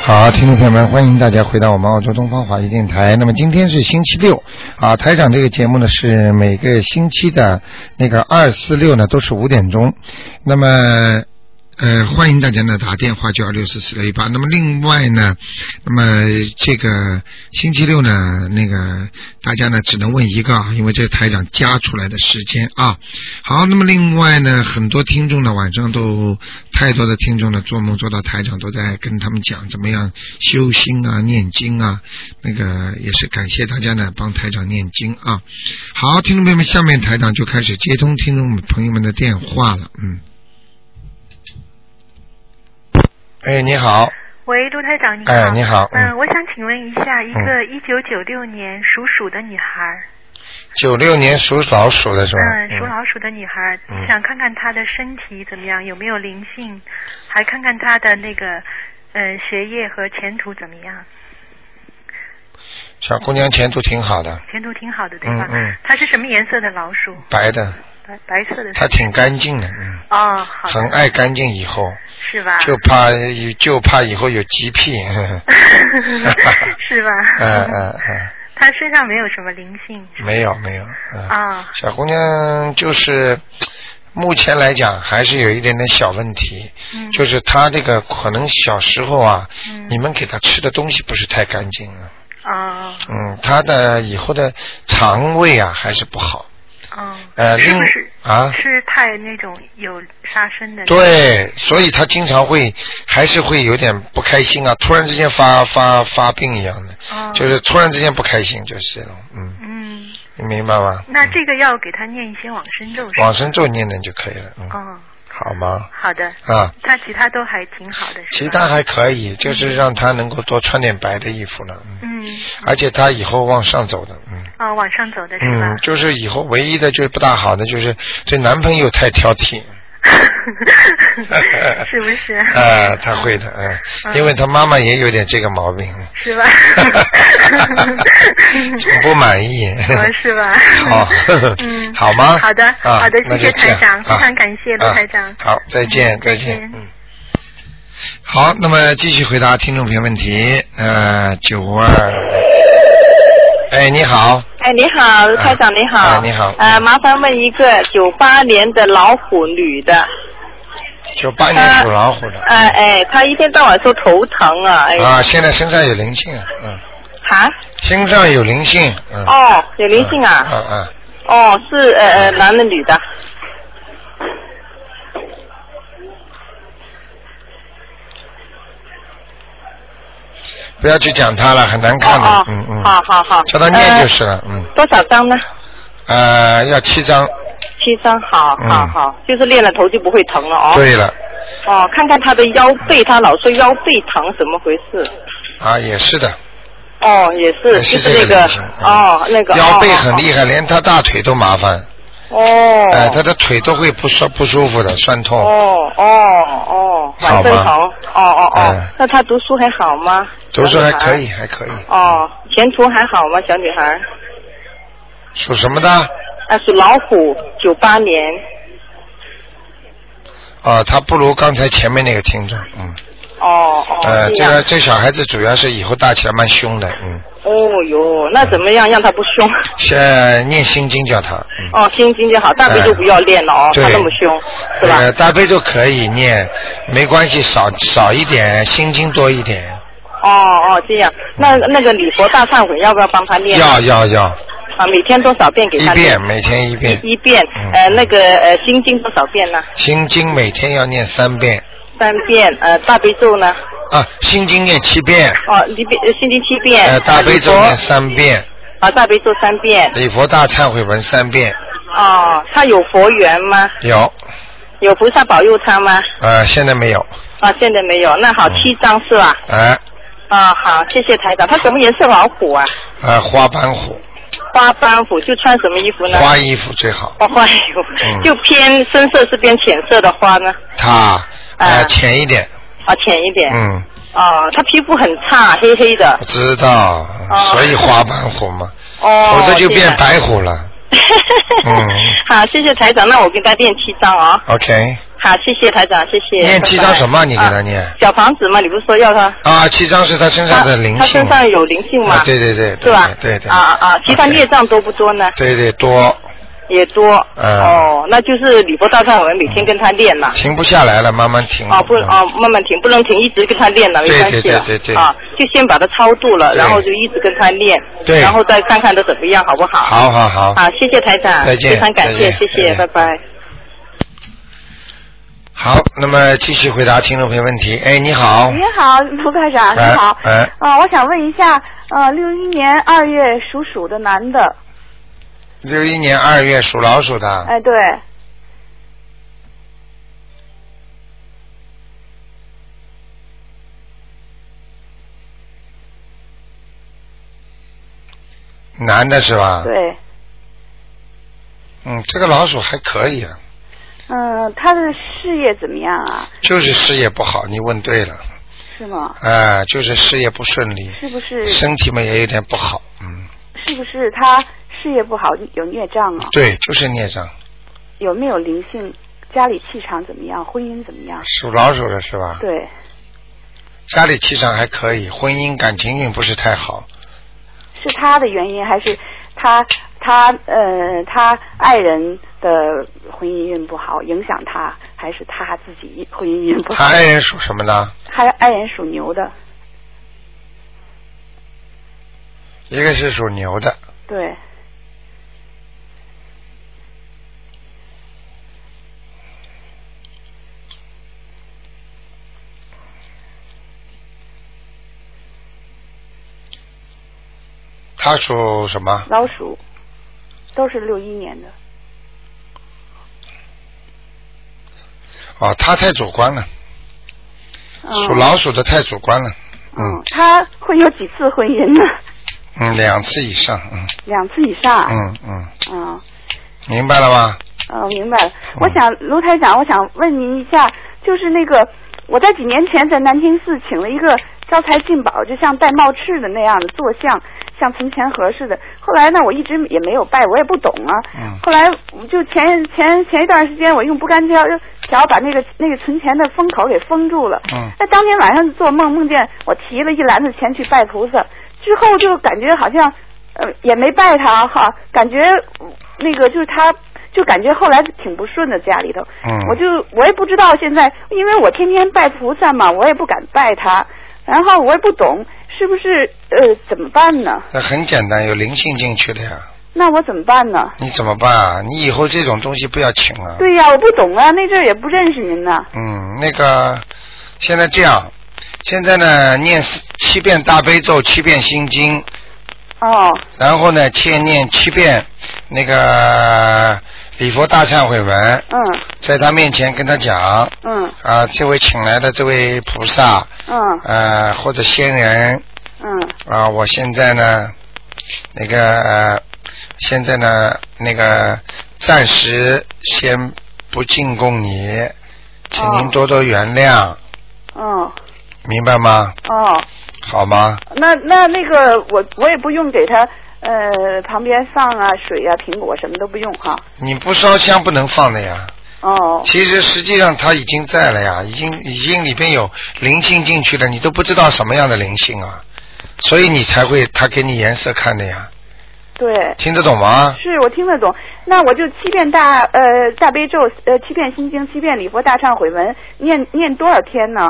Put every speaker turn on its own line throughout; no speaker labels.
好，听众朋友们，欢迎大家回到我们澳洲东方华语电台。那么今天是星期六啊，台长这个节目呢是每个星期的那个二、四、六呢都是五点钟。那么呃，欢迎大家呢打电话就二六四四六一八。那么另外呢，那么这个星期六呢，那个大家呢只能问一个啊，因为这是台长加出来的时间啊。好，那么另外呢，很多听众呢晚上都太多的听众呢做梦做到台长都在跟他们讲怎么样修心啊、念经啊，那个也是感谢大家呢帮台长念经啊。好，听众朋友们，下面台长就开始接通听众朋友们的电话了，嗯。哎，你好，
喂，卢台长，你好。
哎，你好，
嗯，
嗯，
我想请问一下，一个一九九六年属鼠的女孩儿，
九六年属老鼠的是吧？
嗯，属老鼠的女孩儿，
嗯
想看看她的身体怎么样，有没有灵性，还看看她的那个，呃，学业和前途怎么样？
小姑娘前途挺好的，
前途挺好的，对
嗯
吧？
嗯
她是什么颜色的老鼠？
白的，
白白色的是。
她挺干净的，嗯，
哦，嗯好的，啊
很爱干净，以后
是吧？
就怕有就怕以后有洁癖，呵呵
是吧？
嗯嗯嗯，
她身上没有什么灵性。是吧
没有没有，嗯，
啊、
小姑娘就是目前来讲还是有一点点小问题，
嗯，
就是她这个可能小时候啊，
嗯
你们给她吃的东西不是太干净了。
哦
嗯，他的以后的肠胃啊还是不好。
哦，
呃，
是
另
不是
啊，
吃太那种有杀生的。。
对，所以他经常会还是会有点不开心啊，突然之间发发发病一样的，
哦。
就是突然之间不开心，就是这种，嗯，
嗯，
你明白吗？
那
嗯
这个要给他念一些往生咒是吧？
往生咒念念就可以了，嗯，
哦，
好吗？
好的。
啊，
他其他都还挺好的，是
其
吧？
他还可以，就是让他能够多穿点白的衣服了，嗯，
嗯，
而且他以后往上走的，嗯。
哦，往上走的是吧
嗯，？就是以后唯一的就是不大好的就是对男朋友太挑剔，
是不是？
啊，他会的，嗯，
嗯
因为他妈妈也有点这个毛病，？
是吧
总 不满意。
哦，是吧？
好
嗯，，
好吗？
好的
啊、
好的
那
谢谢
就这样
台长非
啊
常感谢卢
啊
台长
好，再见，
嗯再
见，
见
嗯。好，那么继续回答听众朋友问题。呃，九二，哎，你好，
哎，你好，卢台长，你好。
啊你好
呃，麻烦问一个九八年的老虎女的，
啊九八年属老虎的，
呃，哎，她一天到晚说头疼啊，哎，
啊，现在身上有灵性，嗯，
哈，
身上有灵性，嗯，
哦，有灵性
嗯
啊，
嗯，
哦，是呃呃，男的女的，
不要去讲他了，很难
哦
看的
哦，，
嗯嗯，
好好好，。
叫他念就是
呃
是了，嗯，
多少张呢？
呃，要七张，
七张，好
嗯
好好，就是练了头就不会疼了哦。
对了，
哦，看看她的腰背，她老说腰背疼，怎么回事？
啊，也是的，
哦，也是，
也
就是是
这
那个
灵性，
哦，那个
嗯腰背很厉
害。
害，连他大腿都麻烦，
哦，
哎，他的腿都会不舒不舒服的，酸痛，
哦哦哦，晚上
好
好，哦哦
哎
哦，那她读书还好吗？
读书还可
小女
以，还可以，
孩。哦，前途还好吗？小女孩儿，
属什么的？
啊，属老虎，九八年。
啊，他不如刚才前面那个听众，嗯，
哦哦，
呃，这
样。
个这小孩子主要是以后大起来蛮凶的，嗯，
哦哟，那怎么样让她不凶？
先念心经叫他，嗯。
哦，心经就好，大悲
哎
咒不要练了哦，
对
她那么凶，是吧？
呃，大悲咒可以念，没关系，少少一点，心经多一点，
哦哦，这样，那那个礼佛大忏悔要不要帮她念？
要要要，
啊，每天多少遍给
一
她念
遍，？每天一遍，
一遍
嗯，
呃，那个呃，心经多少遍呢？
心经每天要念三遍，
三遍，呃，大悲咒呢？
啊，心经念七遍，
哦，一遍呃心经七遍，
呃，大悲咒
礼佛
念三遍，
啊，大悲咒三遍。
礼佛大忏悔文三遍，
哦，他有佛缘吗？
有，
有菩萨保佑他吗？
呃，现在没有，
啊，现在没有。那
嗯
好，七张是吧？
哎、
啊，好，谢谢台长。他什么颜色老虎啊？
呃，花斑虎，
花斑虎就穿什么衣服呢？
花衣服最好，
哦，花衣服、
嗯
就偏深色是偏浅色的花呢？
它呃
啊
浅一点，
啊，浅一点。
嗯，
哦，他皮肤很差，黑黑的
我。知道
哦，
所以花斑虎嘛，
哦。
否则就变
这样。
白虎了，嗯
好，谢谢台长，那我给他念七张啊、
，OK，
好，谢谢台长，谢谢。
念七张什么
拜拜
你给他
啊
念
小房子嘛，你不是说要他？
啊，七张是他身上的灵性，
他他身上有灵性
啊
吗？
对对对对
是吧？
对对
啊啊啊！其他
OK
孽障多不多呢？
对对多，
也多。
嗯
哦，那就是礼佛大忏悔，每天跟他练嘛。
停不下来了，慢慢停。
哦，不，哦，慢慢停，不能停，一直跟他练了，没
嗯对
关系了。
对对对对
啊，就先把它超度了，
对
然后就一直跟他练。
对
然后再看看他怎么样，好不好？。
好好好。
好，谢谢台长，
再见
非常感谢，
再见
谢
再
谢，
见
拜拜。
好，那么继续回答听众朋友问题。哎，你好
您，好，卢科长，你好。
哎哎
啊、我想问一下，呃，六一年二月属鼠的男的，
啊六一年二月属老鼠的，
哎，对，
啊男的是吧？。
对，
嗯，这个老鼠还可以啊，
嗯、他的事业怎么样啊？
就是事业不好。你问对了，
是吗？
啊、就是事业不顺利，
是不是？
身体嘛也有点不好。嗯，
是不是他事业不好，有孽障啊？
对，就是孽障，
有没有灵性？家里气场怎么样？婚姻怎么样？
属老鼠的是吧？
对，
家里气场还可以，婚姻感情运不是太好。
是他的原因还是他他呃他爱人的婚姻运不好影响他，还是他自己婚姻运不好
他？爱人属什么呢？
还爱人属牛的，
一个是属牛的，
对。
他属什么？
老鼠，都是六一年的。
哦，他太主观了，
嗯、
属老鼠的太主观了。
嗯，他会有几次婚姻呢？
嗯，两次以上，嗯
两次以上。
嗯嗯，
嗯。
明白了吧？
嗯，明白了。我想，卢台长，我想问您一下，就是那个，我在几年前在南清寺请了一个招财进宝，就像戴帽翅的那样的坐像，像存钱盒似的。后来呢，我一直也没有拜，我也不懂啊。
嗯
后来我就前前前一段时间，我用不干胶条把那个那个存钱的封口给封住了。
嗯
那当天晚上做梦，梦见我提了一篮子钱去拜菩萨，之后就感觉好像呃也没拜他哈，感觉嗯那个就是他。就感觉后来挺不顺的家里头，
嗯
我就我也不知道现在，因为我天天拜菩萨嘛，我也不敢拜他，然后我也不懂是不是呃怎么办呢？
那很简单，有灵性进去了呀，
那我怎么办呢？
你怎么办啊？你以后这种东西不要请啊。。
对呀、我不懂啊，那阵儿也不认识您呢。
嗯，那个，现在这样，现在呢，念四七遍大悲咒，七遍心经，
哦，
然后呢，切念七遍那个礼佛大忏悔文，
嗯
在他面前跟他讲啊、
嗯
这位请来的这位菩萨，
嗯
呃，或者仙人，
嗯
啊，我现在呢，那个、呃现在呢，那个暂时先不进贡你，请您
哦
多多原谅，
嗯
明白吗？
哦，
好吗？
那那那个我我也不用给他呃旁边放啊水啊苹果什么都不用哈。
你不烧香不能放的呀。
哦
其实实际上它已经在了呀，已经已经里边有灵性进去了，你都不知道什么样的灵性啊，所以你才会他给你颜色看的呀，
对，
听得懂吗？
是我听得懂。那我就七遍大呃大悲咒呃七遍心经七遍礼佛大忏悔文念念多少天呢？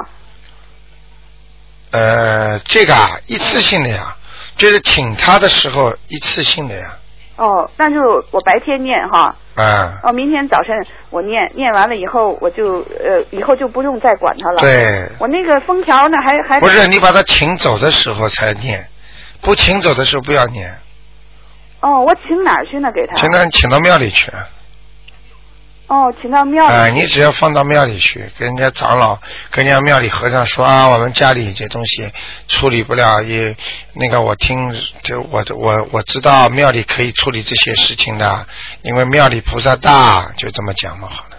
呃，这个啊，一次性的呀，就是请他的时候一次性的呀，
哦，那就我白天念哈。
啊、
哦，明天早晨我念念完了以后，我就呃以后就不用再管他了。。
对，
我那个封条呢，还还
不是你把他请走的时候才念，不请走的时候不要念，
哦，我请哪儿去呢？给他
请到请到庙里去，啊、
哦，请到庙里。
你只要放到庙里去，跟人家长老、跟人家庙里和尚说啊，我们家里这东西处理不了，也那个我听就我我我知道庙里可以处理这些事情的，因为庙里菩萨大，就这么讲嘛，好了，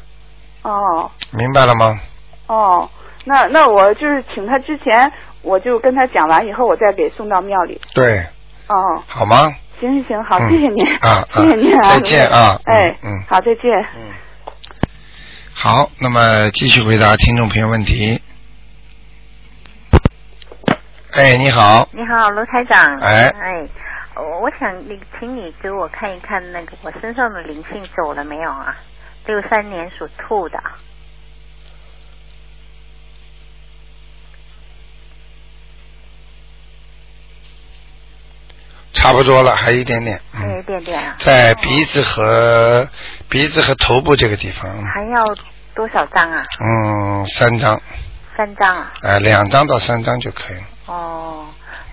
哦
明白了吗？
哦，那那我就是请他之前，我就跟他讲完以后，我再给送到庙里。
对，
哦，
好吗？
行行行，好，
嗯
谢谢您，
啊
谢谢您
啊再见啊
哎，
嗯嗯
好，再见。
好，那么继续回答听众朋友问题。哎，你好，
你好，卢台长。
哎
哎，我我想你，请你给我看一看那个我身上的灵性走了没有啊？六三年属兔的，
差不多了，还一点点，
还有
嗯
一，点点啊，
在鼻子和鼻子和头部这个地方，
还要多少张啊？
嗯，三张，
三张啊？
呃，两张到三张就可以了。
哦，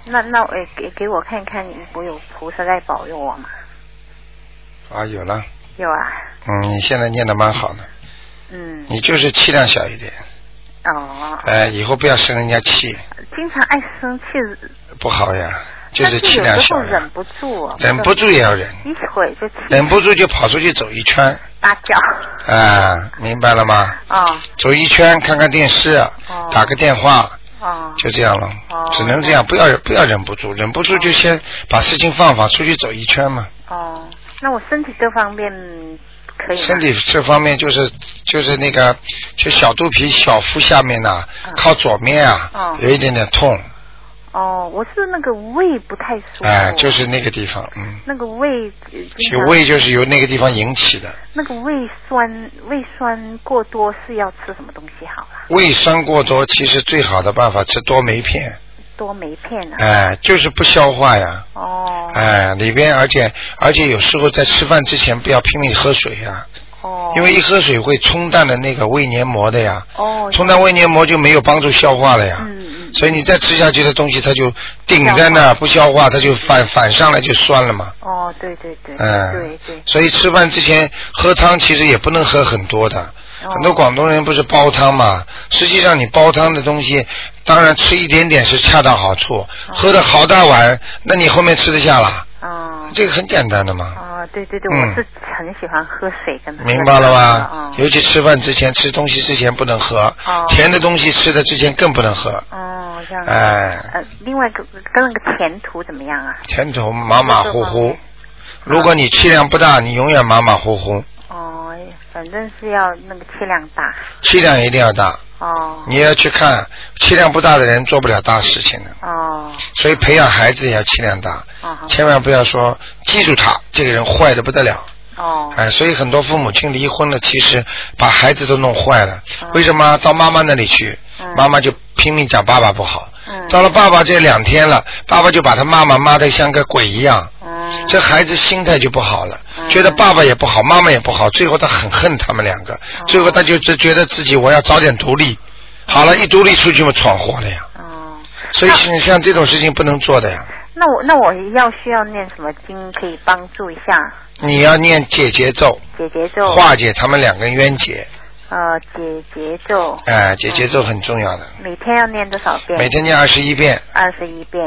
那那我也给给我看看，我有菩萨在保佑我吗？
啊，有了，
有啊，
嗯，你现在念的蛮好的，
嗯，
你就是气量小一点，
哦，
哎，以后不要生人家气，
经常爱生气，
不好呀，就
但
是气
有
量
时
小
候
呀
忍，不住啊，
忍不住也要忍，
一会就气
忍不住就跑出去走一圈，
大叫，
啊，明白了吗？
哦
走一圈，看看电视，
哦
打个电话，
哦，
就这样了。
哦
只能这样，不要不要忍不住，忍不住就先把事情放放，出去走一圈嘛。
哦，那我身体各方面可以吗
身体这方面就是就是那个，就小肚皮、小腹下面呐、
嗯
靠左面啊，
哦
有一点点痛，
哦，我是那个胃不太舒服，
哎、就是那个地方，嗯，
那个胃，呃
其
经
实
常
胃就是由那个地方引起的。
那个胃酸，胃酸过多是要吃什么东西好啊？
胃酸过多，其实最好的办法吃多酶片，
多酶片啊，
哎、就是不消化呀，
哦
哎、里边而且而且有时候在吃饭之前不要拼命喝水呀、
哦，
因为一喝水会冲淡了那个胃黏膜的呀，
哦
冲淡胃黏膜就没有帮助消化了呀，
嗯嗯
所以你再吃下去的东西它就顶在那儿不消化，它就反反上来就酸了嘛，
哦，对对对，
嗯，
对对，
所以吃饭之前喝汤其实也不能喝很多的，
哦
很多广东人不是煲汤嘛，实际上你煲汤的东西，当然吃一点点是恰到好处，喝的好大碗，那你后面吃得下啦，
哦
这个很简单的嘛，
哦，对对对，
嗯
我是很喜欢喝水跟喝
明白了啊
汤的
吧
哦？
尤其吃饭之前、吃东西之前不能喝
哦，
甜的东西吃的之前更不能喝。
哦，这样子。
哎
呃，另外跟跟那个前途怎么样啊？
甜头马马虎虎，
嗯
如果你气量不大，你永远马马虎虎。
哦，反正是要那个气量大。
气量一定要大，
哦
你也要去看气量不大的人做不了大事情的。
哦
所以培养孩子也要气量大，
哦
千万不要说记住他这个人坏的不得了。
哦
哎，所以很多父母亲离婚了，其实把孩子都弄坏了。
嗯
为什么到妈妈那里去，
嗯
妈妈就拼命讲爸爸不好？
嗯
到了爸爸这两天了，爸爸就把他骂骂骂的像个鬼一样，
嗯
这孩子心态就不好了，
嗯
觉得爸爸也不好，妈妈也不好，最后他很恨他们两个，
嗯
最后他就只觉得自己我要早点独立。好
嗯
了，一独立出去嘛，闯祸了呀。
哦，
所以像像这种事情不能做的呀。
那我那我要需要念什么经可以帮助一下
你要念解结咒，
解结咒？
化解他们两个冤结。
呃，解结咒
哎，解结咒很重要的，
每天要念多少遍？
每天念二十一遍，
二十一遍。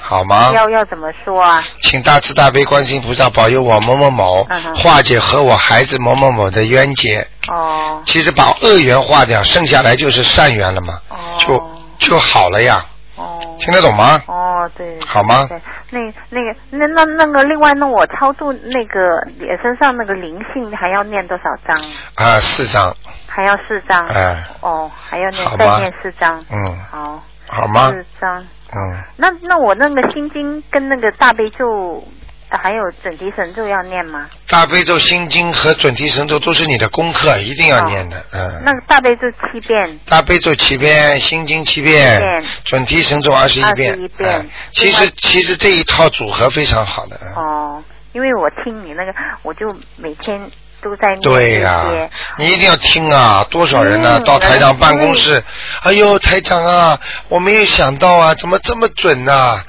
好吗？
要要怎么说啊？
请大慈大悲观世音菩萨保佑我某某某
嗯哼
化解和我孩子某某某的冤结。
哦
其实把恶缘化掉，剩下来就是善缘了嘛，
哦
就就好了呀。
哦。
听得懂吗？
哦，对，
好吗
对，那那个那那那个，另外呢，我超度那个呃身上那个灵性还要念多少章？
啊，四张，
还要四张。
哎
哦，还要念
好吧
再念四张。
嗯
好，
好吗？
四张。
嗯，
那那我那个心经跟那个大悲咒，呃还有准提神咒要念吗？
大悲咒、心经和准提神咒都是你的功课，一定要念的。嗯，
哦那个大悲咒七遍。
大悲咒七遍，心经七遍
七遍，
准提神咒二十一遍
21。遍
哎其
另外
实其实这一套组合非常好的。嗯
哦，因为我听你那个，我就每天都在念
对呀、
这些
你一定要听啊！多少人呢、
嗯
到台长办公室，哎呦，台长啊，我没有想到啊，怎么这么准呐、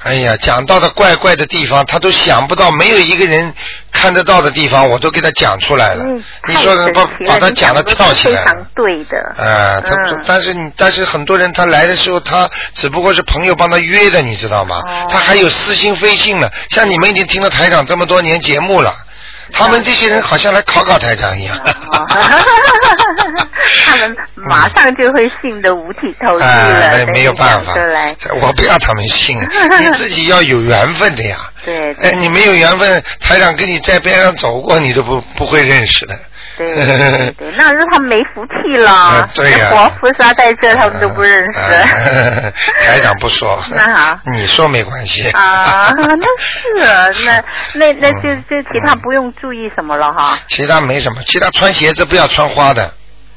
哎呀，讲到的怪怪的地方，他都想不到，没有一个人看得到的地方，我都给他讲出来了。
嗯，
你
太
说
神
把
奇了
把他
你
讲的
都是
跳起来
非
了
常对 的。
呃，他、
嗯
但是你，但是很多人他来的时候，他只不过是朋友帮他约的，你知道吗？
哦
他还有私心非信呢。像你们已经听了台长这么多年 节目了，他们这些人好像来考考台长一样。
哦他们马上就会信的五体投地了，
哎，
等
没有
你讲
办法
出来，，
我不要他们信，啊你自己要有缘分的呀。
对
哎，你没有缘分，台长跟你在边上走过，你都不不会认识的。
对对对，那是他们没福气了
嗯。对呀
那活菩萨在这，他们都不认识。
嗯 台长不说，
那好
你说没关系。
啊，那是那那那就就其他不用注意什么了哈，
其他没什么，其他穿鞋子不要穿花的，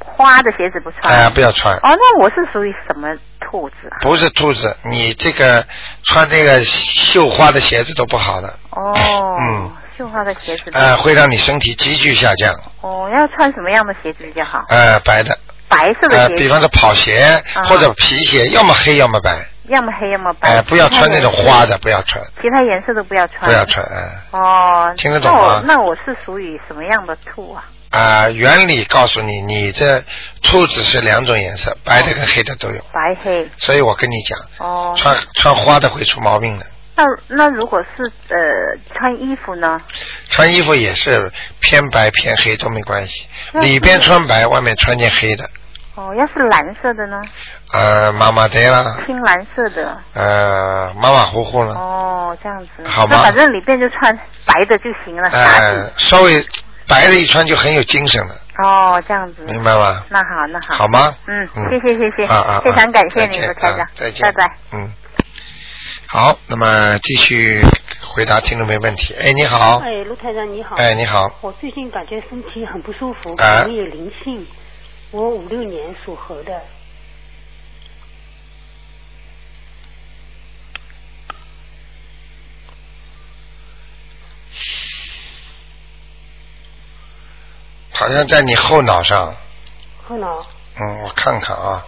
花的鞋子不
哎、
穿。
不要穿。
哦，那我是属于什么兔子啊？
不是兔子，你这个穿这个绣花的鞋子都不好的，
哦，
嗯，
绣花的鞋子。
呃，会让你身体急剧下降，
哦，要穿什么样的鞋子比较好？
呃，白的，
白色的
呃，
鞋
比
子，
方说跑鞋
啊
或者皮鞋，要么黑要么白，
要么黑，要么白。
哎、不要
其他
穿那种
颜色
花的，不要穿，
其他颜色都不要穿。
不要。穿，哎、
哦，
听得懂
那我
吗
那我是属于什么样的兔啊？
啊、原理告诉你，你这兔子是两种颜色，白的跟黑的都有，
白黑。
所以我跟你讲，
哦，
穿穿花的会出毛病的，
那那如果是呃穿衣服呢？
穿衣服也是偏白偏黑都没关系，
那
里边穿白，外面穿件黑的。
哦，要是蓝色的呢？
呃，麻麻的啦，
青蓝色的。
呃，马马虎虎了，
哦，这样子。
好吧
那反正里边就穿白的就行了，傻
呃，
子。
稍微白了一穿就很有精神了，
哦，这样子。
明白吗？
那好，那好。
好吗？
嗯
嗯，
谢谢谢谢
啊啊啊
非常感谢您
再见
卢台长
啊再见，
拜拜。
嗯，好，那么继续回答听众没问题。哎，你好，
哎，卢台长你好。
哎，你好，
我最近感觉身体很不舒服，
哎
感觉有灵性。我五六年属猴的，
好像在你后脑上，
后脑
嗯，我看看啊，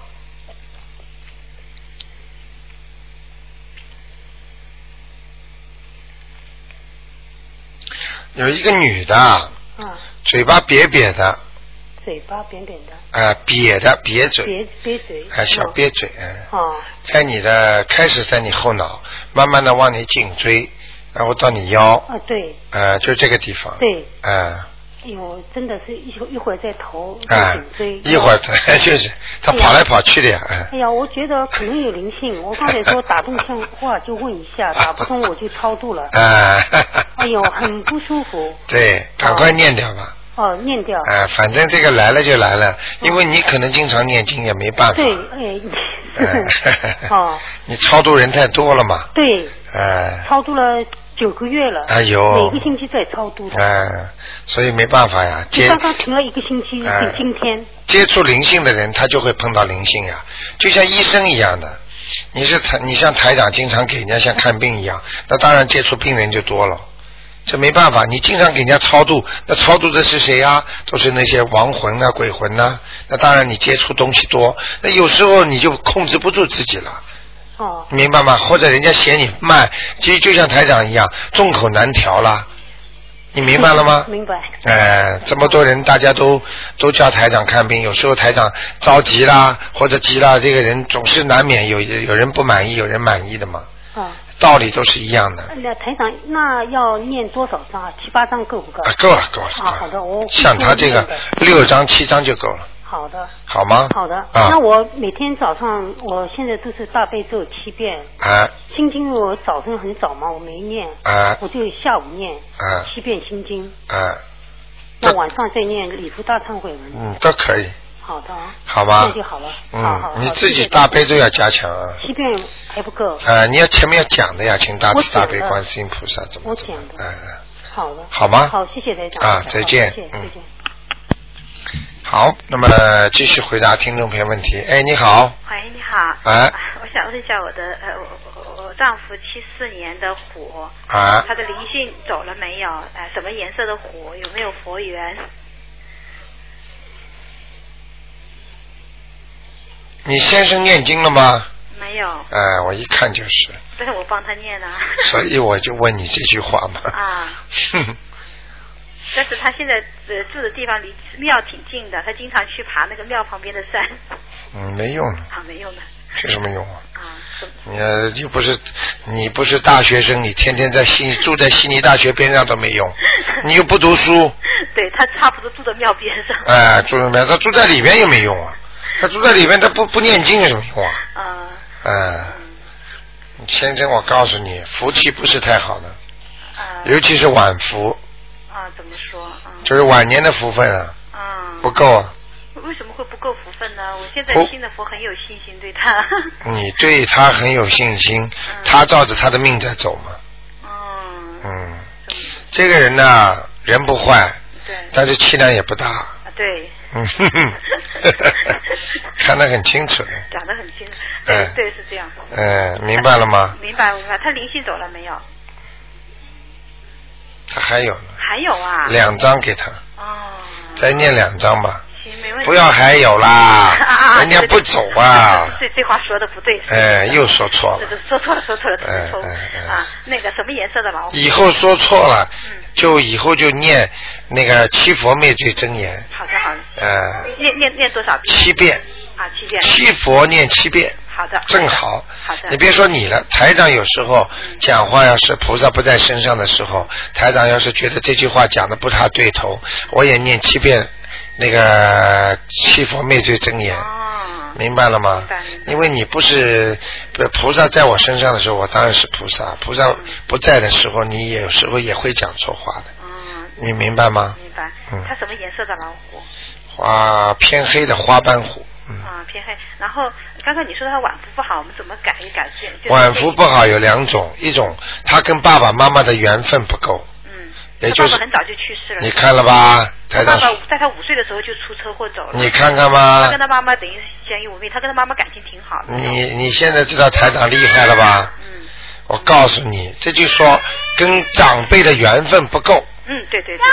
有一个女的，
啊，
嘴巴瘪瘪的，
嘴巴扁扁的，
啊、瘪的瘪嘴，
瘪瘪嘴。
啊、小
哦
瘪嘴，嗯，
哦，
在你的开始在你后脑，慢慢的往你颈椎，然后到你腰，
啊对
呃，就这个地方，，
对，
啊、
哎呦，真的是一会一会儿在头，
啊、
在颈椎，
一会儿 它就是它跑来跑去的呀，嗯
哎呀，我觉得可能有灵性。我刚才说 打通电话就问一下，打不通我就超度了。
啊、哈哈
哎 呦，很不舒服。
对，赶快念掉吧，
哦，念掉。
啊、反正这个来了就来了，因为你可能经常念经也没办法，
对，哎，
嗯，
哦，
你超度人太多了嘛，
对，
哎、
超度了九个月了。
哎呦
每个星期在超度
哎、
的。
所以没办法呀，
就
接
刚刚停了一个星期，
哎
就今天。
接触灵性的人，他就会碰到灵性呀、就像医生一样的。你是台，你像台长经常给人家像看病一样，那当然接触病人就多了。这没办法，你经常给人家超度，那超度的是谁啊？都是那些亡魂啊、鬼魂呐、那当然你接触东西多，那有时候你就控制不住自己了，
哦，
明白吗？或者人家嫌你慢，其实就像台长一样，众口难调啦。你明白了吗？
明白。
哎，这么多人，大家都都叫台长看病，有时候台长着急啦，或者急啦，这个人总是难免有有人不满意，有人满意的嘛，
哦，
道理都是一样的。
那台长，那要念多少章啊？七八章够不够？
啊，够了够了。
啊好的我
像他这个
会
六张七张就够了，
好的，
好吗？
好的。
啊
那我每天早上，我现在都是大悲咒七遍，
啊
心经我早上很早嘛，我没念，
啊
我就下午念
啊
七遍心经，
啊，
那
这
晚上再念礼佛大忏悔文。
嗯，都可以，
好的啊，
好吧
那就好了。好好
嗯，
好
你自己大悲咒要加强啊。
七遍还不够，
啊，你要前面要讲的呀，请大
我
慈大
讲
悲
了
观世音菩萨怎么
我
怎么
讲，的
哎哎。
好的，
好吗
好，谢谢台长。
啊
好
再见
谢谢，
嗯
再见。
好，那么继续回答听众朋友问题。哎，你好，
喂，你好。啊
哎
我想问一下我的呃，我我我丈夫七四年的虎，
啊，
他的灵性走了没有？呃，什么颜色的虎？有没有佛缘？
你先生念经了吗？
没有，
哎、我一看就是，
但是我帮他念了。
所以我就问你这句话嘛。
啊，
哼
但是他现在呃住的地方离庙挺近的，他经常去爬那个庙旁边的山，
嗯，没用了，
啊，没用的。
有什么用啊？
啊，怎么
你呃又不是你不是大学生，你天天在悉住在悉尼大学边上都没用，你又不读书，
对他差不多住在庙边上。
哎、住什么呀？他住在里面也没用啊，他住在里面他不不念经有什么用啊？
啊，
哎、
嗯
先生，我告诉你，福气不是太好的，
啊
尤其是晚福，
啊，怎么说？啊
就是晚年的福分啊
啊，
不够啊。
为什么会不够福分呢？我现在
不
信的佛很有信心对他。
你对他很有信心，他照着他的命在走嘛。
嗯，
嗯，这个人呐，人不坏，
对，
但是气量也不大。
啊对，
嗯， 哼哼看得很清楚的。
讲得很清楚。
哎
对对，是这样。
嗯，明白了吗？
明白明白，他灵性走了没有？
他还有呢，
还有啊。
两张给他，
哦，
再念两张吧。
行，没问题。
不要还有啦
啊，
人家不走 啊。
对，这话说的不对。
哎，又说错
对
了，
对说错了，说错了，说错了
哎哎哎
啊！那个什么颜色的老虎？
以后说错了
嗯，
就以后就念那个七佛灭罪真言，
好的，好的。
呃，
念念念多少遍？
七遍，
啊，七遍。
七佛念七遍，
好的。
正好
好的。
你别说你了，台长有时候
嗯
讲话，要是菩萨不在身上的时候，台长要是觉得这句话讲的不太对头，我也念七遍那个七佛灭罪真言。
哦，
明白了吗
明白明？白
因为你不是不菩萨在我身上的时候，我当然是菩萨；菩萨不在的时候，你有时候也会讲错话的，
嗯，
你明白吗？
明白
嗯。
它什么颜色的老虎？
花偏黑的花斑虎，嗯，
啊，偏黑。然后刚刚你说它晚福不好，我们怎么改一改？就就是
晚福不好有两种，一种他跟爸爸妈妈的缘分不够，
嗯，
也
他
就
爸
是
爸很早就去世了。
你看了吧，台
他爸
长，
爸在他五岁的时候就出车祸走了。
你看看
他
吧
跟，他妈妈等于是相依为命，他跟他妈妈感情挺好的。
你你现在知道台长厉害了吧？
嗯
我告诉你，这就说跟长辈的缘分不够，
嗯，对对对。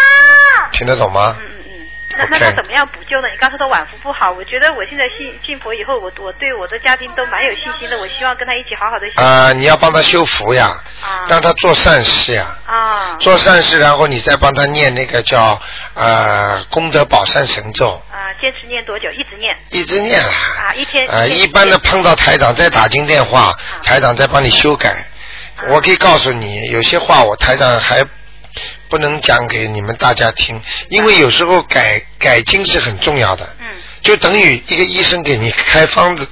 听得懂吗？
嗯嗯嗯，那那他
OK
怎么样补救呢？你刚才说晚福不好，我觉得我现在信信佛以后，我我对我的家庭都蛮有信心的。我希望跟他一起好好的修
啊、你要帮他修福呀，
啊
让他做善事呀，
啊
做善事，然后你再帮他念那个叫呃功德宝山神咒，
啊！坚持念多久？一直念
一直念啦。
啊，一天啊
呃，
天
一般的碰到台长再打进电话，台长再帮你修改。
啊
我可以告诉你，有些话我台长还不能讲给你们大家听，因为有时候改改经是很重要的。
嗯
就等于一个医生给你开方子，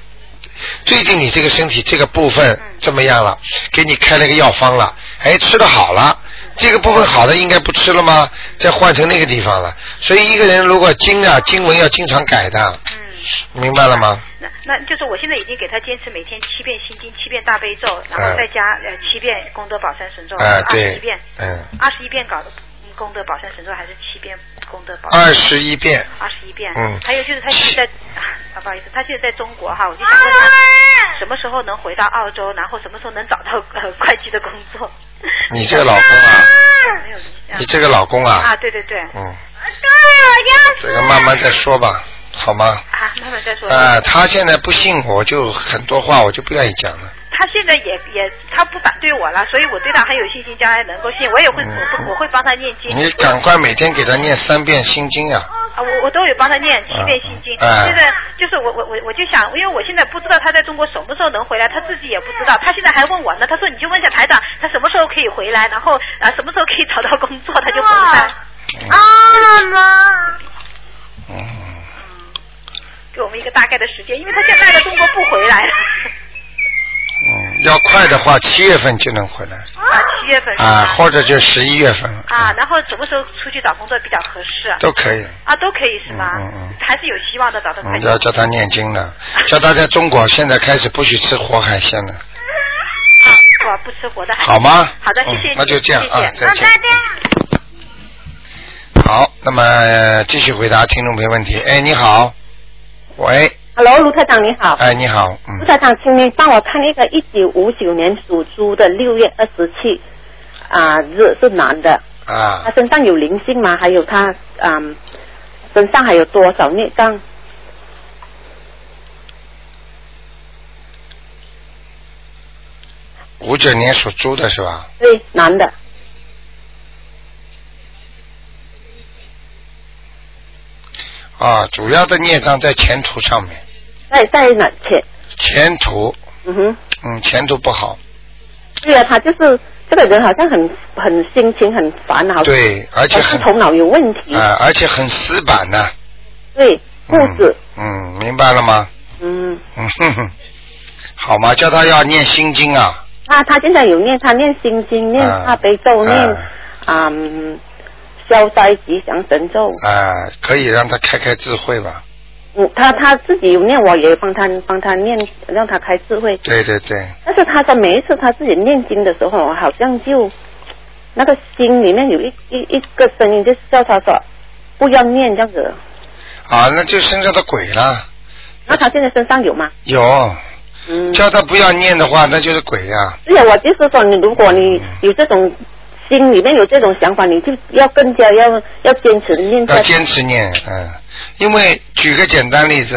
最近你这个身体这个部分
嗯
怎么样了？给你开了个药方了，哎，吃的好了，
嗯
这个部分好的应该不吃了吗？再换成那个地方了。所以一个人如果经啊经文要经常改的，
嗯。
明白了吗？
那那就是我现在已经给他坚持每天七遍心经，七遍大悲咒，然后再加呃七遍功德宝山神咒，
哎、
二十一
对
遍，，
嗯，
二十一遍搞的嗯功德宝山神咒还是七遍功德宝山
二十一遍，
二十一遍。
嗯
还有就是他现在在，啊，不好意思，他现在在中国哈，我就想问他什么时候能回到澳洲，然后什么时候能找到呃会计的工作。
你这个老公啊，
没有啊
你这个老公啊
啊，，对对对，啊，
嗯，这个慢慢再说吧，好吗？
慢慢再说。
啊、他现在不信我，就很多话我就不愿意讲了。
他现在也也他不反对我了，所以我对他很有信心，将来能够信。我也会我会我会帮他念经。
嗯你赶快每天给他念三遍心经啊！
啊，我我都有帮他念七遍心经。
啊
现在就是我我我我就想，因为我现在不知道他在中国什么时候能回来，他自己也不知道。他现在还问我呢，他说你就问一下台长，他什么时候可以回来，然后啊什么时候可以找到工作，他就回来。
嗯，
给我们一个大概的时间，因为他现在在中国不回来了。
嗯，要快的话，七月份就能回来
啊，七月份是吧
啊，或者就十一月份了
啊，然后什么时候出去找工作比较合适啊？
都可以。
啊，都可以是吗？
嗯嗯嗯
还是有希望的，找到快
嗯，
递。
要叫他念经 了，叫他在中国现在开始不许吃活海鲜了，
啊我不吃活的海鲜。
好吗？
好的，谢
嗯
谢你。
那就这样
谢谢
啊，再见。好，那么、呃继续回答听众朋友问题。哎，你好，喂，
Hello，卢台长你好。
哎，你好，
卢
嗯，
台长，请你帮我看一个一九五九年属猪的六月二十七啊日是男的，
啊
他，身上有灵性吗？还有他嗯身上还有多少孽障？
五九年属猪的是吧？
对，男的
啊，主要的孽障在前途上面，
在在哪前
前途，
嗯哼，
嗯，前途不好，
对啊，他就是这个人好像很很心情很烦恼，
对，而且
好像
很
头脑有问题，
啊，而且很死板呢、
对，固
嗯
执，
嗯，明白了吗？
嗯，
嗯哼哼，好吗？叫他要念心经啊，
他他现在有念，他念心经，念
啊
大悲咒，念
啊
啊、嗯消灾吉祥神咒，
啊，可以让他开开智慧吧？
嗯，他他自己有念，我也帮他帮他念，让他开智慧。
对对对，
但是他的每一次他自己念经的时候，啊好像就那个心里面有一一一个声音，就叫他说不要念这样子。
啊，那就身上的鬼了，
那他现在身上有吗？
有，
嗯，
叫他不要念的话，那就是鬼呀、
对呀，我就是说你，如果你有这种心里面有这种想法，你就要更加要要坚持地念下
要
去。
坚持念，嗯，因为举个简单例子，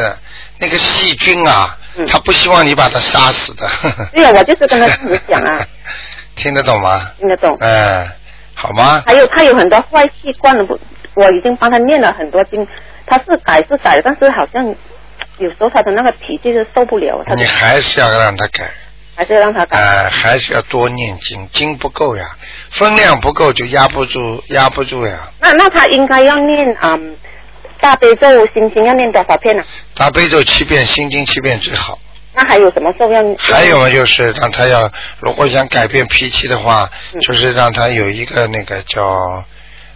那个细菌啊，
嗯哎
他不希望你把它杀死的。，
对呀，我就是跟他这么讲啊，
听得懂吗？
听得懂。
嗯，好吗？
还有他有很多坏习惯的，不，我已经帮他念了很多经，他是改是改了，但是好像有时候他的那个脾气是受不了，他
你
就啊
还是要让他改，
还是让他改。
呃，还是要多念经，经不够呀，分量不够就压不住，压不住呀。
那那他应该要念嗯大悲咒心经要念多少遍呢、
大悲咒七遍，心经七遍最好。
那还有什么咒要？
还有嘛，啊就是让他要，如果想改变脾气的话，
嗯
就是让他有一个那个叫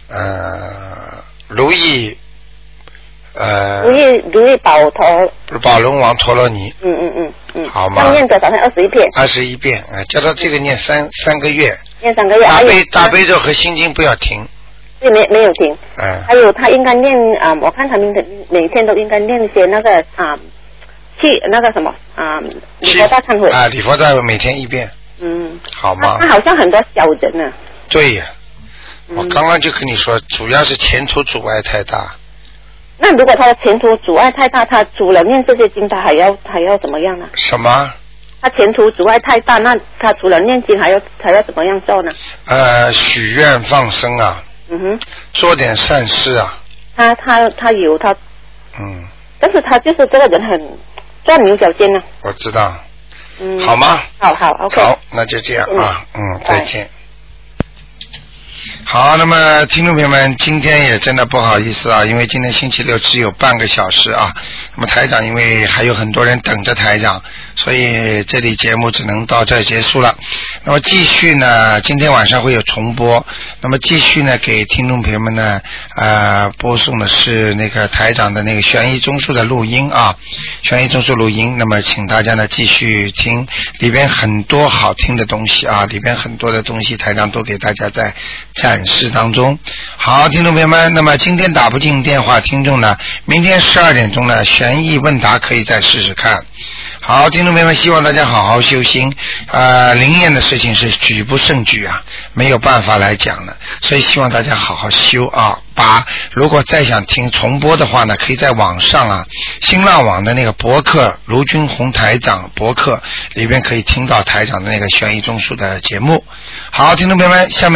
呃如意呃
如意如意宝头，
宝龙王陀罗尼
嗯嗯嗯嗯，
好吗
要念多少遍？二十一遍，
二十一遍啊、呃叫他这个念三三个月，
念三个月。
大
还有
悲大悲咒和心经不要停，
对，没没有停。
嗯、
还有他应该念啊、嗯我看他们的每天都应该念一些那个啊、嗯去那个什么啊，嗯礼
七
佛大忏悔。
啊，礼佛大忏悔每天一遍，
嗯，
好吗
他？他好像很多小人呢、
对呀，
嗯
我刚刚就跟你说，主要是前途阻碍太大，
那如果他的前途阻碍太大，他除了念这些经，他还要还要怎么样呢？
什么？
他前途阻碍太大，那他除了念经，还要还要怎么样做呢？
呃，许愿放生啊，
嗯哼，
做点善事啊，
他他他有他，
嗯，
但是他就是这个人很钻牛角尖呢、
我知道，
嗯，
好吗？
好好，OK。
好，那就这样啊，嗯，
拜
再见。好，那么听众朋友们，今天也真的不好意思啊，因为今天星期六只有半个小时啊。那么台长因为还有很多人等着台长，所以这里节目只能到这儿结束了。那么继续呢，今天晚上会有重播。那么继续呢，给听众朋友们呢，呃，播送的是那个台长的那个悬疑综述的录音啊，悬疑综述录音。那么请大家呢继续听，里边很多好听的东西啊，里边很多的东西台长都给大家在展示当中。好，听众朋友们，那么今天打不进电话，听众呢，明天十二点钟呢，悬疑问答可以再试试看。好，听众朋友们，希望大家好好修心。呃，灵验的事情是举不胜举啊，没有办法来讲的，所以希望大家好好修啊。把如果再想听重播的话呢，可以在网上啊，新浪网的那个博客卢军红台长博客里边可以听到台长的那个悬疑综述的节目。好，听众朋友们，下面。